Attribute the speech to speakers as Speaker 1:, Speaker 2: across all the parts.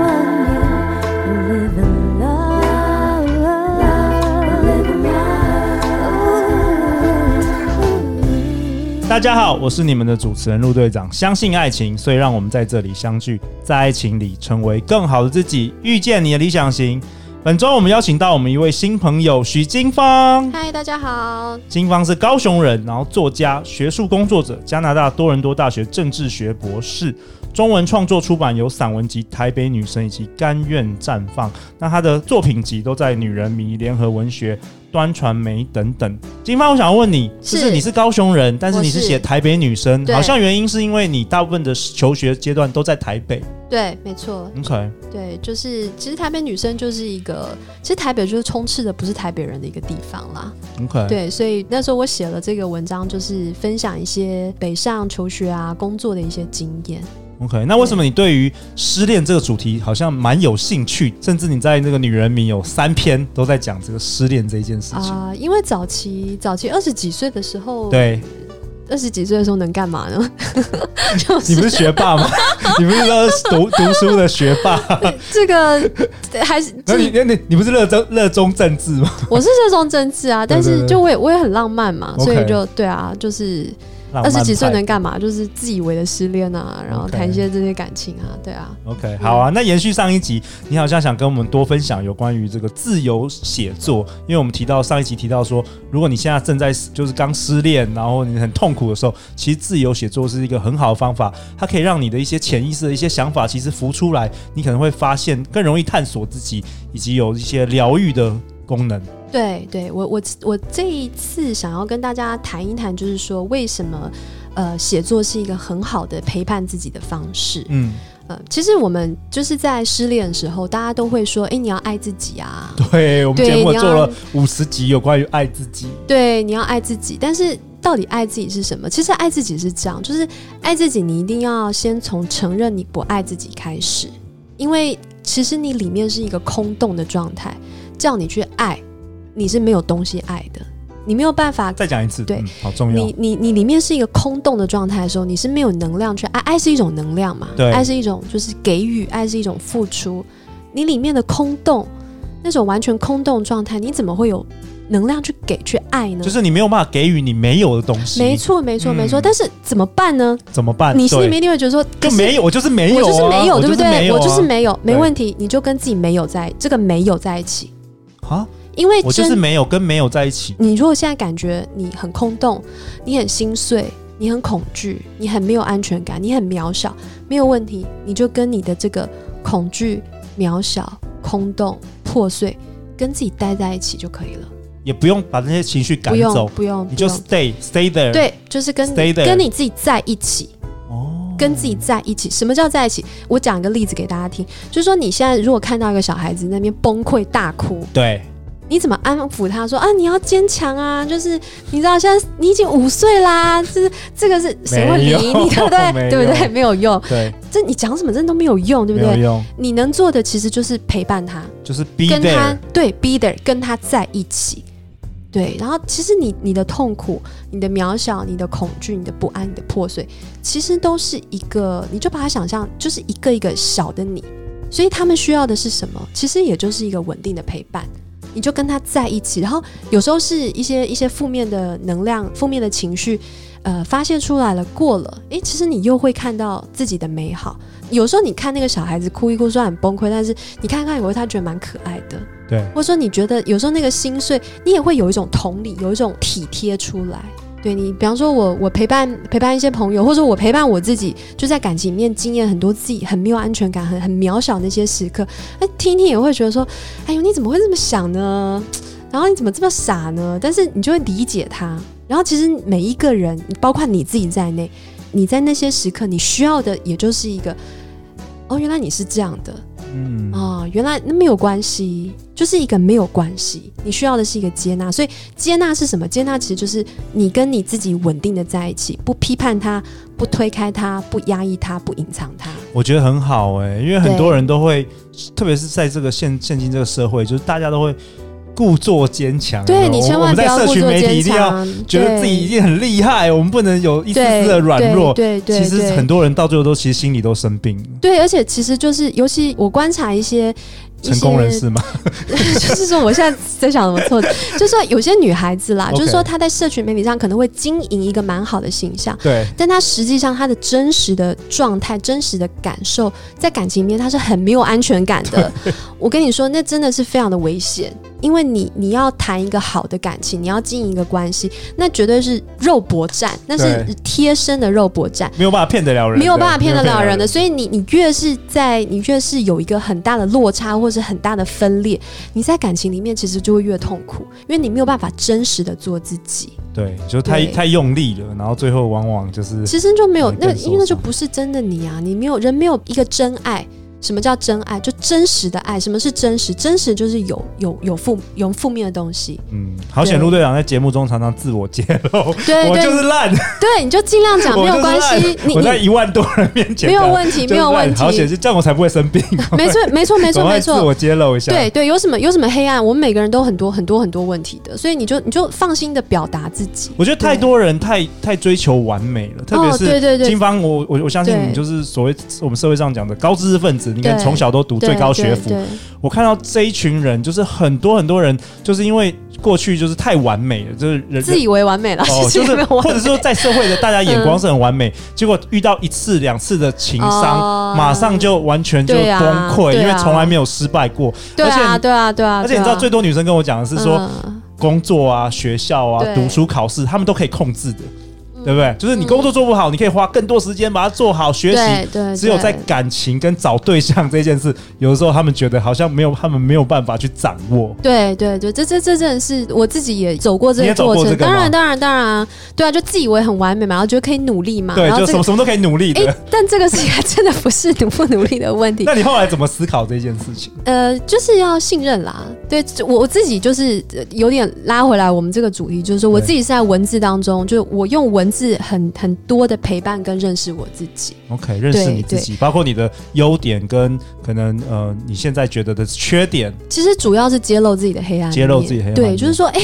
Speaker 1: love you, live in love, live in love.
Speaker 2: 大家好，我是你们的主持人陆队长。相信爱情，所以让我们在这里相聚，在爱情里成为更好的自己，遇见你的理想型。本周我们邀请到我们一位新朋友许金芳，
Speaker 3: 嗨，大家好，
Speaker 2: 金芳是高雄人，然后作家、学术工作者，加拿大多伦多大学政治学博士，中文创作出版有散文集《台北女神》以及《甘愿绽放》。那她的作品集都在《女人迷》、联合文学、端传媒等等。金芳，我想问你，
Speaker 3: 是
Speaker 2: 就是你是高雄人，但是你是
Speaker 3: 我是
Speaker 2: 写《台北女生》，
Speaker 3: 对
Speaker 2: 好像原因是因为你大部分的求学阶段都在台北。
Speaker 3: 对，没错，
Speaker 2: OK，
Speaker 3: 对，就是其实台北女生就是一个，其实台北就是充斥的不是台北人的一个地方啦，
Speaker 2: OK，，
Speaker 3: 对，所以那时候我写了这个文章，就是分享一些北上求学啊、工作的一些经验。
Speaker 2: OK，那为什么你对于失恋这个主题好像蛮有兴趣？甚至你在那个《女人迷》有三篇都在讲这个失恋这一件事情。
Speaker 3: 啊、因为早期早期二十几岁的时候，，
Speaker 2: 对，
Speaker 3: 二十几岁的时候能干 嘛呢？就
Speaker 2: 你不是
Speaker 3: 是
Speaker 2: 学霸吗？ 你不是说读读书的学 霸？
Speaker 3: 这个还是
Speaker 2: 那你那你你不是热衷热衷政治吗？
Speaker 3: 我是热衷政治啊，但
Speaker 2: 对对
Speaker 3: 是
Speaker 2: 对
Speaker 3: 就我也我也很浪漫嘛，所
Speaker 2: OK
Speaker 3: 以就对啊，就是二十几岁能干嘛？就是自以为的失恋啊，然后
Speaker 2: OK
Speaker 3: 谈一些这些感情啊，对啊，
Speaker 2: OK，好啊。那延续上一集，你好像想跟我们多分享有关于这个自由写作，因为我们提到上一集提到说，如果你现在正在就是刚失恋，然后你很痛苦的时候，其实自由写作是一个很好的方法，它可以让你的一些潜意识的一些想法其实浮出来，你可能会发现更容易探索自己，以及有一些疗愈的功能。
Speaker 3: 对对，我我我这一次想要跟大家谈一谈，就是说为什么呃写作是一个很好的陪伴自己的方式。
Speaker 2: 嗯，
Speaker 3: 呃，其实我们就是在失恋的时候，大家都会说，哎，你要爱自己啊，
Speaker 2: 对我们
Speaker 3: 对
Speaker 2: 节目
Speaker 3: 你要
Speaker 2: 做了五十集有关于爱自己。
Speaker 3: 对，你要爱自己，但是。到底爱自己是什么？其实爱自己是这样，就是爱自己，你一定要先从承认你不爱自己开始，因为其实你里面是一个空洞的状态，叫你去爱，你是没有东西爱的，你没有办法
Speaker 2: 再讲一次，
Speaker 3: 对
Speaker 2: 嗯，好重要
Speaker 3: 你。你你里面是一个空洞的状态的时候，你是没有能量去爱，爱是一种能量嘛
Speaker 2: 对，
Speaker 3: 爱是一种就是给予，爱是一种付出。你里面的空洞，那种完全空洞状态，你怎么会有能量去给去爱呢？
Speaker 2: 就是你没有办法给予你没有的东西，
Speaker 3: 没错，没错，
Speaker 2: 嗯
Speaker 3: 没错。但是怎么办呢？
Speaker 2: 怎么办？
Speaker 3: 你心里
Speaker 2: 对
Speaker 3: 面一定会觉得说，
Speaker 2: 就
Speaker 3: 可是
Speaker 2: 没有，我就是啊没有、啊，
Speaker 3: 我就是没有，对不对？我就是没有，没
Speaker 2: 对
Speaker 3: 问题，你就跟自己没有在这个没有在一起，
Speaker 2: 啊，
Speaker 3: 因为
Speaker 2: 我就
Speaker 3: 哎真
Speaker 2: 是没有跟没有在一起。
Speaker 3: 你如果现在感觉你很空洞，你很心碎，你很恐惧，你很没有安全感，你很渺小，没有问题，你就跟你的这个恐惧、渺小、空洞、破碎，跟自己待在一起就可以了，
Speaker 2: 也不用把那些情绪赶
Speaker 3: 不用
Speaker 2: 走，
Speaker 3: 不用，
Speaker 2: 你就
Speaker 3: 不用
Speaker 2: stay stay there。，
Speaker 3: 对，就是跟
Speaker 2: stay there
Speaker 3: 跟你自己在一起。
Speaker 2: 哦，
Speaker 3: 跟自己在一起。什么叫在一起？我讲一个例子给大家听，就是说你现在如果看到一个小孩子那边崩溃大哭，
Speaker 2: 对，
Speaker 3: 你怎么安抚他说啊？你要坚强啊！就是你知道现在你已经五岁啦，就是这个是谁会
Speaker 2: 没
Speaker 3: 理
Speaker 2: 有
Speaker 3: 你，对 不
Speaker 2: 没有
Speaker 3: 对？对不对？没有用，
Speaker 2: 对，
Speaker 3: 这你讲什么真的都没有用，对不
Speaker 2: 没有
Speaker 3: 对？
Speaker 2: 用，
Speaker 3: 你能做的其实就是陪伴他，
Speaker 2: 就是 be
Speaker 3: 跟他
Speaker 2: there。
Speaker 3: 对 be there，跟他在一起。对，然后其实你你的痛苦、你的渺小、你的恐惧、你的不安、你的破碎，其实都是一个，你就把它想象就是一个一个小的你，所以他们需要的是什么？其实也就是一个稳定的陪伴，你就跟他在一起，然后有时候是一些一些负面的能量、负面的情绪，呃，发泄出来了，过了，诶，其实你又会看到自己的美好。有时候你看那个小孩子哭一哭，虽然很崩溃，但是你看看以后，他觉得蛮可爱的，
Speaker 2: 对，
Speaker 3: 或者说你觉得有时候那个心碎，你也会有一种同理，有一种体贴出来。对你，比方说我我陪伴陪伴一些朋友，或者说我陪伴我自己，就在感情里面经验很多自己很没有安全感、很很渺小那些时刻，那听听也会觉得说，哎呦，你怎么会这么想呢？然后你怎么这么傻呢？但是你就会理解他。然后其实每一个人，包括你自己在内，你在那些时刻，你需要的也就是一个，哦，原来你是这样的，
Speaker 2: 嗯，
Speaker 3: 啊、原来那没有关系，就是一个没有关系。你需要的是一个接纳，所以接纳是什么？接纳其实就是你跟你自己稳定的在一起，不批判他，不推开他，不压抑他，不隐藏他。
Speaker 2: 我觉得很好哎、因为很多
Speaker 3: 对
Speaker 2: 人都会，特别是在这个现现今这个社会，就是大家都会故作坚强。
Speaker 3: 对
Speaker 2: 有没有
Speaker 3: 你千
Speaker 2: 哎我
Speaker 3: 万
Speaker 2: 们
Speaker 3: 不
Speaker 2: 在
Speaker 3: 要
Speaker 2: 社
Speaker 3: 故
Speaker 2: 群
Speaker 3: 作
Speaker 2: 媒体
Speaker 3: 坚
Speaker 2: 一定要
Speaker 3: 强，
Speaker 2: 觉得自己一定很厉害，我们不能有一丝丝的软弱。
Speaker 3: 对对，
Speaker 2: 其实
Speaker 3: 对对
Speaker 2: 很多人到最后都其实心里都生病了，
Speaker 3: 对，而且其实就是，尤其我观察一些一
Speaker 2: 成功人
Speaker 3: 些
Speaker 2: 士嘛。
Speaker 3: 就是说，我现在在想怎么做，就是说有些女孩子啦
Speaker 2: OK
Speaker 3: 就是说她在社群媒体上可能会经营一个蛮好的形象，
Speaker 2: 对，
Speaker 3: 但她实际上她的真实的状态、真实的感受，在感情里面她是很没有安全感的。我跟你说，那真的是非常的危险，因为你你要谈一个好的感情，你要经营一个关系，那绝对是肉搏战，那是
Speaker 2: 对
Speaker 3: 贴身的肉搏战。
Speaker 2: 没有办法骗得了人的，
Speaker 3: 没有办法骗得了人的，
Speaker 2: 没有
Speaker 3: 所以你你越是在你越是有一个很大的落差或是很大的分裂，你在感情里面其实就会越痛苦，因为你没有办法真实的做自己，
Speaker 2: 骗得了人对，就是太
Speaker 3: 对
Speaker 2: 太用力了，然后最后往往就是
Speaker 3: 其实就没有
Speaker 2: 你
Speaker 3: 那
Speaker 2: 更受
Speaker 3: 因为那就
Speaker 2: 伤
Speaker 3: 不是真的你啊，你没有人没有一个真爱。什么叫真爱？就真实的爱。什么是真实？真实就是有有有负有负面的东西。
Speaker 2: 嗯，好险
Speaker 3: 对
Speaker 2: 陆队长在节目中常常自我揭露，
Speaker 3: 对
Speaker 2: 我
Speaker 3: 对
Speaker 2: 就是烂，
Speaker 3: 对，你就尽量讲，
Speaker 2: 我
Speaker 3: 没
Speaker 2: 就
Speaker 3: 有
Speaker 2: 是
Speaker 3: 关
Speaker 2: 烂
Speaker 3: 系。你
Speaker 2: 我在
Speaker 3: 你
Speaker 2: 一万多人面前
Speaker 3: 没有问题，
Speaker 2: 就是
Speaker 3: 没有
Speaker 2: 烂
Speaker 3: 问
Speaker 2: 好险
Speaker 3: 题。
Speaker 2: 是这样我才不会生病，
Speaker 3: 没 错，没错，没错，
Speaker 2: 赶快
Speaker 3: 没错
Speaker 2: 自。我揭露一下，
Speaker 3: 对对，有什么有什么黑暗，我们每个人都很多很多很多问题的，所以你就你就放心的表达自己。
Speaker 2: 我觉得太多人太太追求完美了，特别
Speaker 3: 哦，对
Speaker 2: 是
Speaker 3: 对对
Speaker 2: 金，方，我我我相信
Speaker 3: 对
Speaker 2: 你就是所谓我们社会上讲的高知识分子，你看
Speaker 3: 对
Speaker 2: 从小都读最
Speaker 3: 对
Speaker 2: 高学府
Speaker 3: 对，对
Speaker 2: 我看到这一群人，就是很多很多人，就是因为过去就是太完美了，就是人
Speaker 3: 自以为完美了，
Speaker 2: 哦，
Speaker 3: 其
Speaker 2: 就
Speaker 3: 实也
Speaker 2: 是
Speaker 3: 没有
Speaker 2: 或
Speaker 3: 完
Speaker 2: 者
Speaker 3: 美。嗯
Speaker 2: 说在社会的大家眼光是很完美，结果遇到一次两次的情伤，
Speaker 3: 哦
Speaker 2: 马上就完全就崩
Speaker 3: 对啊
Speaker 2: 溃，
Speaker 3: 对啊
Speaker 2: 因为从来没有失败过。
Speaker 3: 对啊，
Speaker 2: 而且
Speaker 3: 对啊，对啊。嗯
Speaker 2: 而且你知道，最多女生跟我讲的是说，工作啊、学校啊、
Speaker 3: 对
Speaker 2: 读书、考试，他们都可以控制的，
Speaker 3: 嗯
Speaker 2: 对不对？就是你
Speaker 3: 嗯
Speaker 2: 工作做不好，你可以花更多时间把它做好，学习。
Speaker 3: 对对，
Speaker 2: 只有在
Speaker 3: 对
Speaker 2: 感情跟找对象这件事，有的时候他们觉得好像没有，他们没有办法去掌握。
Speaker 3: 对对对，这这这真的是我自己也走过这
Speaker 2: 你
Speaker 3: 个
Speaker 2: 也走
Speaker 3: 过
Speaker 2: 过
Speaker 3: 程
Speaker 2: 这，个
Speaker 3: 当
Speaker 2: 吗
Speaker 3: 然当然当然，对啊，就自以为很完美嘛，然后觉得可以努力嘛，
Speaker 2: 对，
Speaker 3: 啊然后
Speaker 2: 就什
Speaker 3: 这个
Speaker 2: 么什么都可以努力的。
Speaker 3: 哎，但这个事情还真的不是努不努力的问 题，
Speaker 2: 那你后来怎么思考这件事情？
Speaker 3: 呃，就是要信任啦。对我我自己就是呃有点拉回来，我们这个主题就是说，我
Speaker 2: 对
Speaker 3: 自己是在文字当中，就是我用文字很很多的陪伴跟认识我自己。
Speaker 2: OK，认识
Speaker 3: 对
Speaker 2: 你自己，包括你的优点跟可能呃你现在觉得的缺点，
Speaker 3: 其实主要是揭露自己的黑暗面，
Speaker 2: 揭露自己黑暗面
Speaker 3: 对，就是说，哎、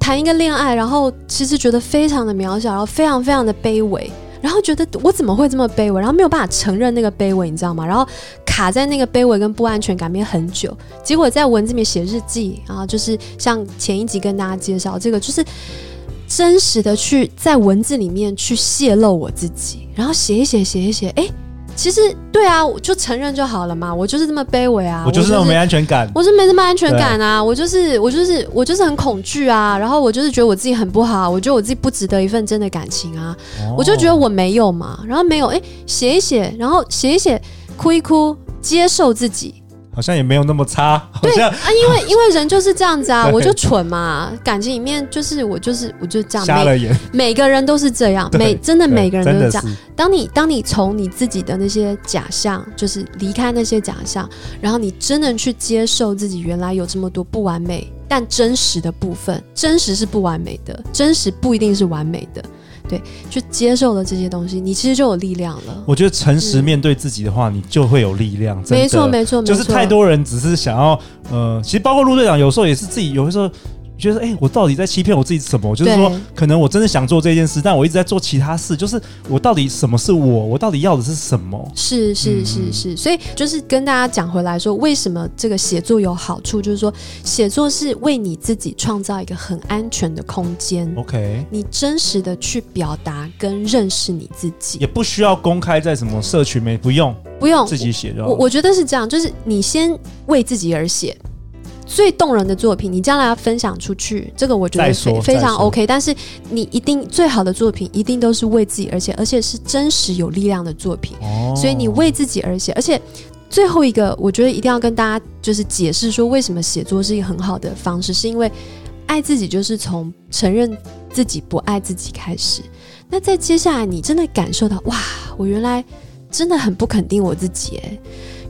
Speaker 3: 谈一个恋爱，然后其实觉得非常的渺小，然后非常非常的卑微。然后觉得我怎么会这么卑微，然后没有办法承认那个卑微，你知道吗？然后卡在那个卑微跟不安全感里面很久。结果在文字里面写日记，然后啊就是像前一集跟大家介绍这个，就是真实的去在文字里面去泄露我自己，然后写一写写一写，哎，其实对啊，我就承认就好了嘛，我就是这么卑微啊，
Speaker 2: 我就是那种没安全感。
Speaker 3: 我是没什么安全感啊，我就是我就是我就是很恐惧啊，然后我就是觉得我自己很不好，啊我觉得我自己不值得一份真的感情啊，
Speaker 2: 哦
Speaker 3: 我就觉得我没有嘛，然后没有，哎，写一写，然后写一写，哭一哭，接受自己。
Speaker 2: 哦好像也没有那么差， 好像
Speaker 3: 啊，因为因为人就是这样子啊，
Speaker 2: 对
Speaker 3: 我就蠢嘛，感情里面就是我就是我就这样，
Speaker 2: 瞎
Speaker 3: 每
Speaker 2: 了眼。
Speaker 3: 每个人都是这样，
Speaker 2: 对
Speaker 3: 每真的每个人
Speaker 2: 真
Speaker 3: 都
Speaker 2: 的
Speaker 3: 是这样。
Speaker 2: 是
Speaker 3: 当你当你从你自己的那些假象，就是离开那些假象，然后你真的去接受自己原来有这么多不完美，但真实的部分，真实是不完美的，真实不一定是完美的，对，去接受了这些东西，你其实就有力量了。
Speaker 2: 我觉得诚实
Speaker 3: 嗯
Speaker 2: 面对自己的话，你就会有力量。真的
Speaker 3: 没错，没错，没
Speaker 2: 就
Speaker 3: 错，
Speaker 2: 是太多人只是想要呃，其实包括陆队长有时候也是自己，有的时候觉得哎、诶我到底在欺骗我自己什么？就是
Speaker 3: 对
Speaker 2: 说，可能我真的想做这件事，但我一直在做其他事，就是我到底什么是我？我到底要的是什么？
Speaker 3: 是是
Speaker 2: 嗯
Speaker 3: 是是，所以就是跟大家讲回来说，为什么这个写作有好处，就是说写作是为你自己创造一个很安全的空间。
Speaker 2: 哦 OK，
Speaker 3: 你真实的去表达跟认识你自己，
Speaker 2: 也不需要公开在什么社群媒，不用
Speaker 3: 不用
Speaker 2: 自己写就好
Speaker 3: 哦我我觉得是这样，就是你先为自己而写。最动人的作品，你将来要分享出去，这个我觉得
Speaker 2: 再
Speaker 3: 非
Speaker 2: 说
Speaker 3: 非
Speaker 2: 再
Speaker 3: 常
Speaker 2: 说
Speaker 3: OK。但是你一定最好的作品，一定都是为自己而写，而且是真实有力量的作品。
Speaker 2: 哦
Speaker 3: 所以你为自己而写，而且最后一个，我觉得一定要跟大家就是解释说，为什么写作是一个很好的方式，是因为爱自己就是从承认自己不爱自己开始。那在接下来，你真的感受到哇，我原来真的很不肯定我自己诶，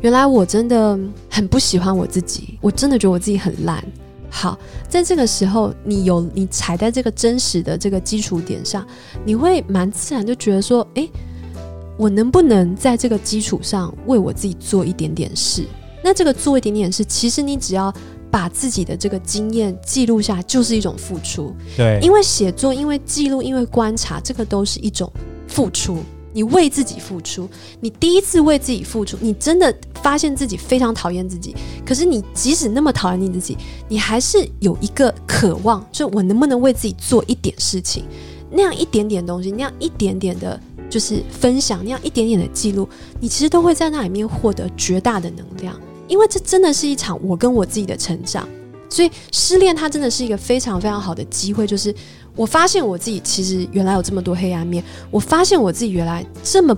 Speaker 3: 原来我真的很不喜欢我自己，我真的觉得我自己很烂。好，在这个时候，你有你踩在这个真实的这个基础点上，你会蛮自然就觉得说，诶，我能不能在这个基础上为我自己做一点点事？那这个做一点点事，其实你只要把自己的这个经验记录下来，就是一种付出。
Speaker 2: 对，
Speaker 3: 因为写作，因为记录，因为观察，这个都是一种付出。你为自己付出，你第一次为自己付出，你真的发现自己非常讨厌自己。可是你即使那么讨厌你自己，你还是有一个渴望，就我能不能为自己做一点事情，那样一点点东西，那样一点点的，就是分享，那样一点点的记录，你其实都会在那里面获得绝大的能量，因为这真的是一场我跟我自己的成长。所以失恋它真的是一个非常非常好的机会，就是我发现我自己其实原来有这么多黑暗面，我发现我自己原来这么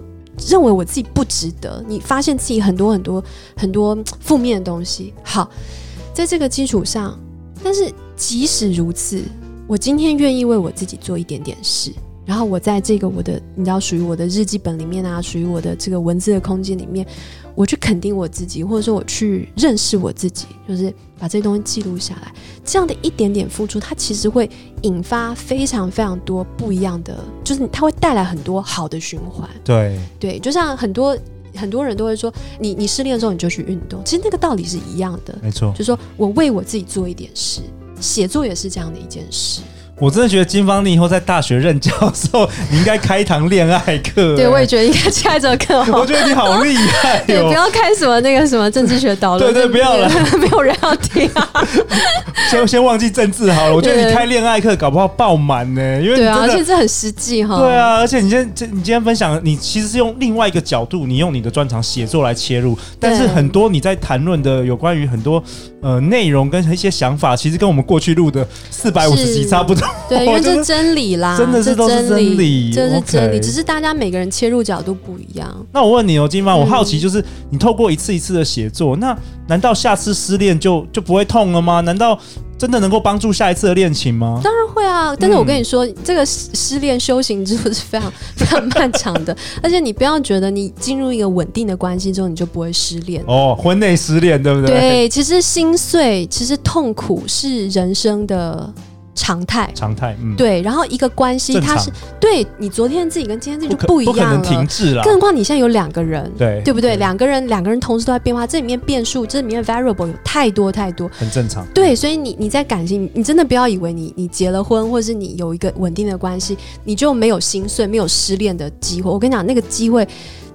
Speaker 3: 认为我自己不值得，你发现自己很多很多 很多负面的东西。好，在这个基础上，但是即使如此，我今天愿意为我自己做一点点事。然后我在这个我的，你知道，属于我的日记本里面啊，属于我的这个文字的空间里面，我去肯定我自己，或者说我去认识我自己，就是把这些东西记录下来。这样的一点点付出，它其实会引发非常非常多不一样的，就是它会带来很多好的循环。
Speaker 2: 对，
Speaker 3: 对，就像很多很多人都会说，你你失恋的时候你就去运动，其实那个道理是一样的，
Speaker 2: 没错。
Speaker 3: 就是说我为我自己做一点事，写作也是这样的一件事。
Speaker 2: 我真的觉得金芳，你以后在大学任教授，你应该开一堂恋爱课、
Speaker 3: 对，我也
Speaker 2: 哎
Speaker 3: 觉得应该下一节课 哦。
Speaker 2: 我觉得你好厉害哦
Speaker 3: 对，
Speaker 2: 哟、
Speaker 3: 不要开什么那个什么政治学导论，
Speaker 2: 对对不要了，
Speaker 3: 没有人要听啊。
Speaker 2: 先先忘记政治好了，我觉得
Speaker 3: 对
Speaker 2: 你开恋爱课搞不好爆满呢、因为你
Speaker 3: 对啊，
Speaker 2: 真
Speaker 3: 而且
Speaker 2: 的。
Speaker 3: 这很实际哈。
Speaker 2: 对，啊，而且你今天这你今天分享，你其实是用另外一个角度，你用你的专长写作来切入，但是
Speaker 3: 对
Speaker 2: 很多你在谈论的有关于很多呃内容跟一些想法，其实跟我们过去录的四百五十
Speaker 3: 是
Speaker 2: 集差不多。
Speaker 3: 对，因为
Speaker 2: 真
Speaker 3: 这
Speaker 2: 的
Speaker 3: 真理啦，
Speaker 2: 哦真的是
Speaker 3: 这
Speaker 2: 都是真理
Speaker 3: 这是真理，
Speaker 2: OK
Speaker 3: 只是大家每个人切入角度不一样。
Speaker 2: 那我问你哦，金芳，
Speaker 3: 嗯
Speaker 2: 我好奇就是你透过一次一次的写作，那难道下次失恋就就不会痛了吗？难道真的能够帮助下一次的恋情吗？
Speaker 3: 当然会啊，
Speaker 2: 嗯
Speaker 3: 但是我跟你说，这个失失恋修行之路是非常非常漫长的，而且你不要觉得你进入一个稳定的关系之后你就不会失恋。
Speaker 2: 哦，婚内失恋对不对？
Speaker 3: 对，其实心碎，其实痛苦是人生的常态。
Speaker 2: 常态，嗯，，
Speaker 3: 对，然后一个关系
Speaker 2: 正
Speaker 3: 它
Speaker 2: 常
Speaker 3: 是对你昨天的自己跟今天自己
Speaker 2: 不可
Speaker 3: 就不一
Speaker 2: 可
Speaker 3: 样
Speaker 2: 能
Speaker 3: 了，
Speaker 2: 停滞啦。
Speaker 3: 更何况你现在有两个人，
Speaker 2: 对
Speaker 3: 啊对不对？两个人，两个人同时都在变化，这里面变数，这里面 variable 有太多太多。
Speaker 2: 很正常。
Speaker 3: 对，所以你你在感情，你真的不要以为你你结了婚，或是你有一个稳定的关系，你就没有心碎、没有失恋的机会。我跟你讲，那个机会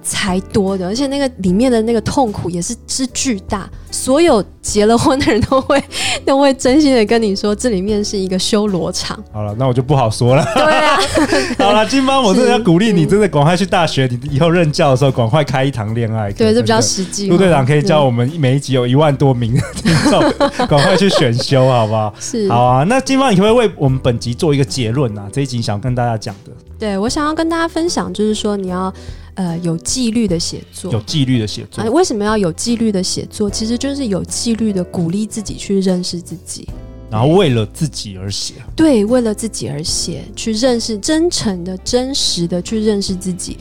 Speaker 3: 才多的，而且那个里面的那个痛苦也是是巨大。所有结了婚的人都会都会真心的跟你说，这里面是一个修罗场。
Speaker 2: 好了，那我就不好说了。
Speaker 3: 对啊，
Speaker 2: 好了，金芳，我真的要
Speaker 3: 是
Speaker 2: 鼓励你，
Speaker 3: 嗯
Speaker 2: 真的赶快去大学，你以后任教的时候，赶快开一堂恋爱课。
Speaker 3: 对，这比
Speaker 2: 真
Speaker 3: 较
Speaker 2: 的
Speaker 3: 实际嘛。
Speaker 2: 陆队长可以教
Speaker 3: 对
Speaker 2: 我们每一集有一万多名的听众， 赶快去选修，好不好？
Speaker 3: 是
Speaker 2: 好啊，那金芳，你可不可以为我们本集做一个结论啊？这一集想跟大家讲的，
Speaker 3: 对我想要跟大家分享，就是说你要呃有纪律的写作
Speaker 2: 有。纪律的写作
Speaker 3: 啊，，为什么要有纪律的写作？其实就是有纪律的鼓励自己去认识自己，
Speaker 2: 然后为了自己而写，
Speaker 3: 对，为了自己而写，去认识真诚的、真实的去认识自己，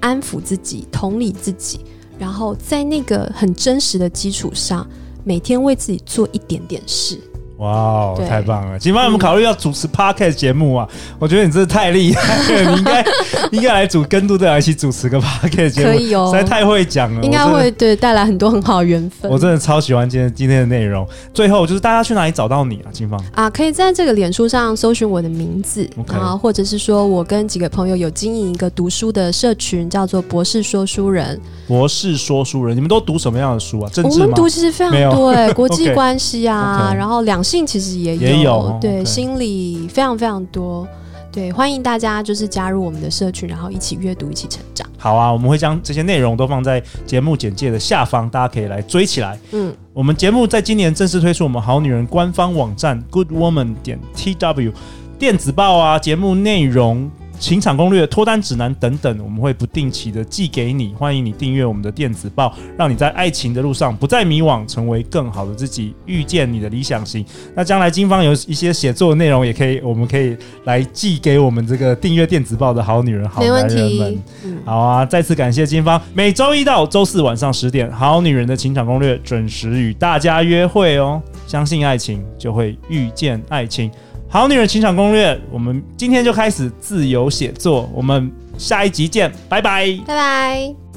Speaker 3: 安抚自己，同理自己，然后在那个很真实的基础上，每天为自己做一点点事。
Speaker 2: 哇哦，
Speaker 3: 对
Speaker 2: 太棒了！金芳，有没有考虑要主持 podcast 节目啊？我觉得你真的太厉害 了，你应该应该来主跟陆队长一起主持个 podcast 节目，
Speaker 3: 可以哦
Speaker 2: 实在太会讲了，
Speaker 3: 应该
Speaker 2: 我真的
Speaker 3: 会对带来很多很好的缘分。
Speaker 2: 我真的超喜欢今天今天的内容。最后就是大家去哪里找到你啊，金芳？
Speaker 3: 啊，可以在这个脸书上搜寻我的名字
Speaker 2: OK
Speaker 3: 然后或者是说我跟几个朋友有经营一个读书的社群，叫做博士说书人。
Speaker 2: 博士说书人，你们都读什么样的书啊？政
Speaker 3: 我
Speaker 2: 治
Speaker 3: 们
Speaker 2: 吗？
Speaker 3: 读其实非
Speaker 2: 没有
Speaker 3: 常多 哎、国际
Speaker 2: OK
Speaker 3: 关系啊
Speaker 2: OK
Speaker 3: 然后两性其实也有，
Speaker 2: 也有哦
Speaker 3: 对
Speaker 2: OK
Speaker 3: 心理非常非常多。对，欢迎大家就是加入我们的社群，然后一起阅读，一起成长。
Speaker 2: 好啊，我们会将这些内容都放在节目简介的下方，大家可以来追起来。
Speaker 3: 嗯，
Speaker 2: 我们节目在今年正式推出我们好女人官方网站 Good Woman 点 T W 电子报啊，节目内容。情场攻略、脱单指南等等，我们会不定期的寄给你。欢迎你订阅我们的电子报，让你在爱情的路上不再迷惘，成为更好的自己，遇见你的理想型。那将来金方有一些写作的内容，也可以我们可以来寄给我们这个订阅电子报的好女人、好
Speaker 3: 没
Speaker 2: 男
Speaker 3: 问
Speaker 2: 人们
Speaker 3: 题。。嗯，
Speaker 2: 好啊！再次感谢金芳，每周一到周四晚上十点，《好女人的情场攻略》准时与大家约会哦。相信爱情，就会遇见爱情。《好女人情场攻略》，我们今天就开始自由写作，我们下一集见，拜拜。
Speaker 3: 拜拜。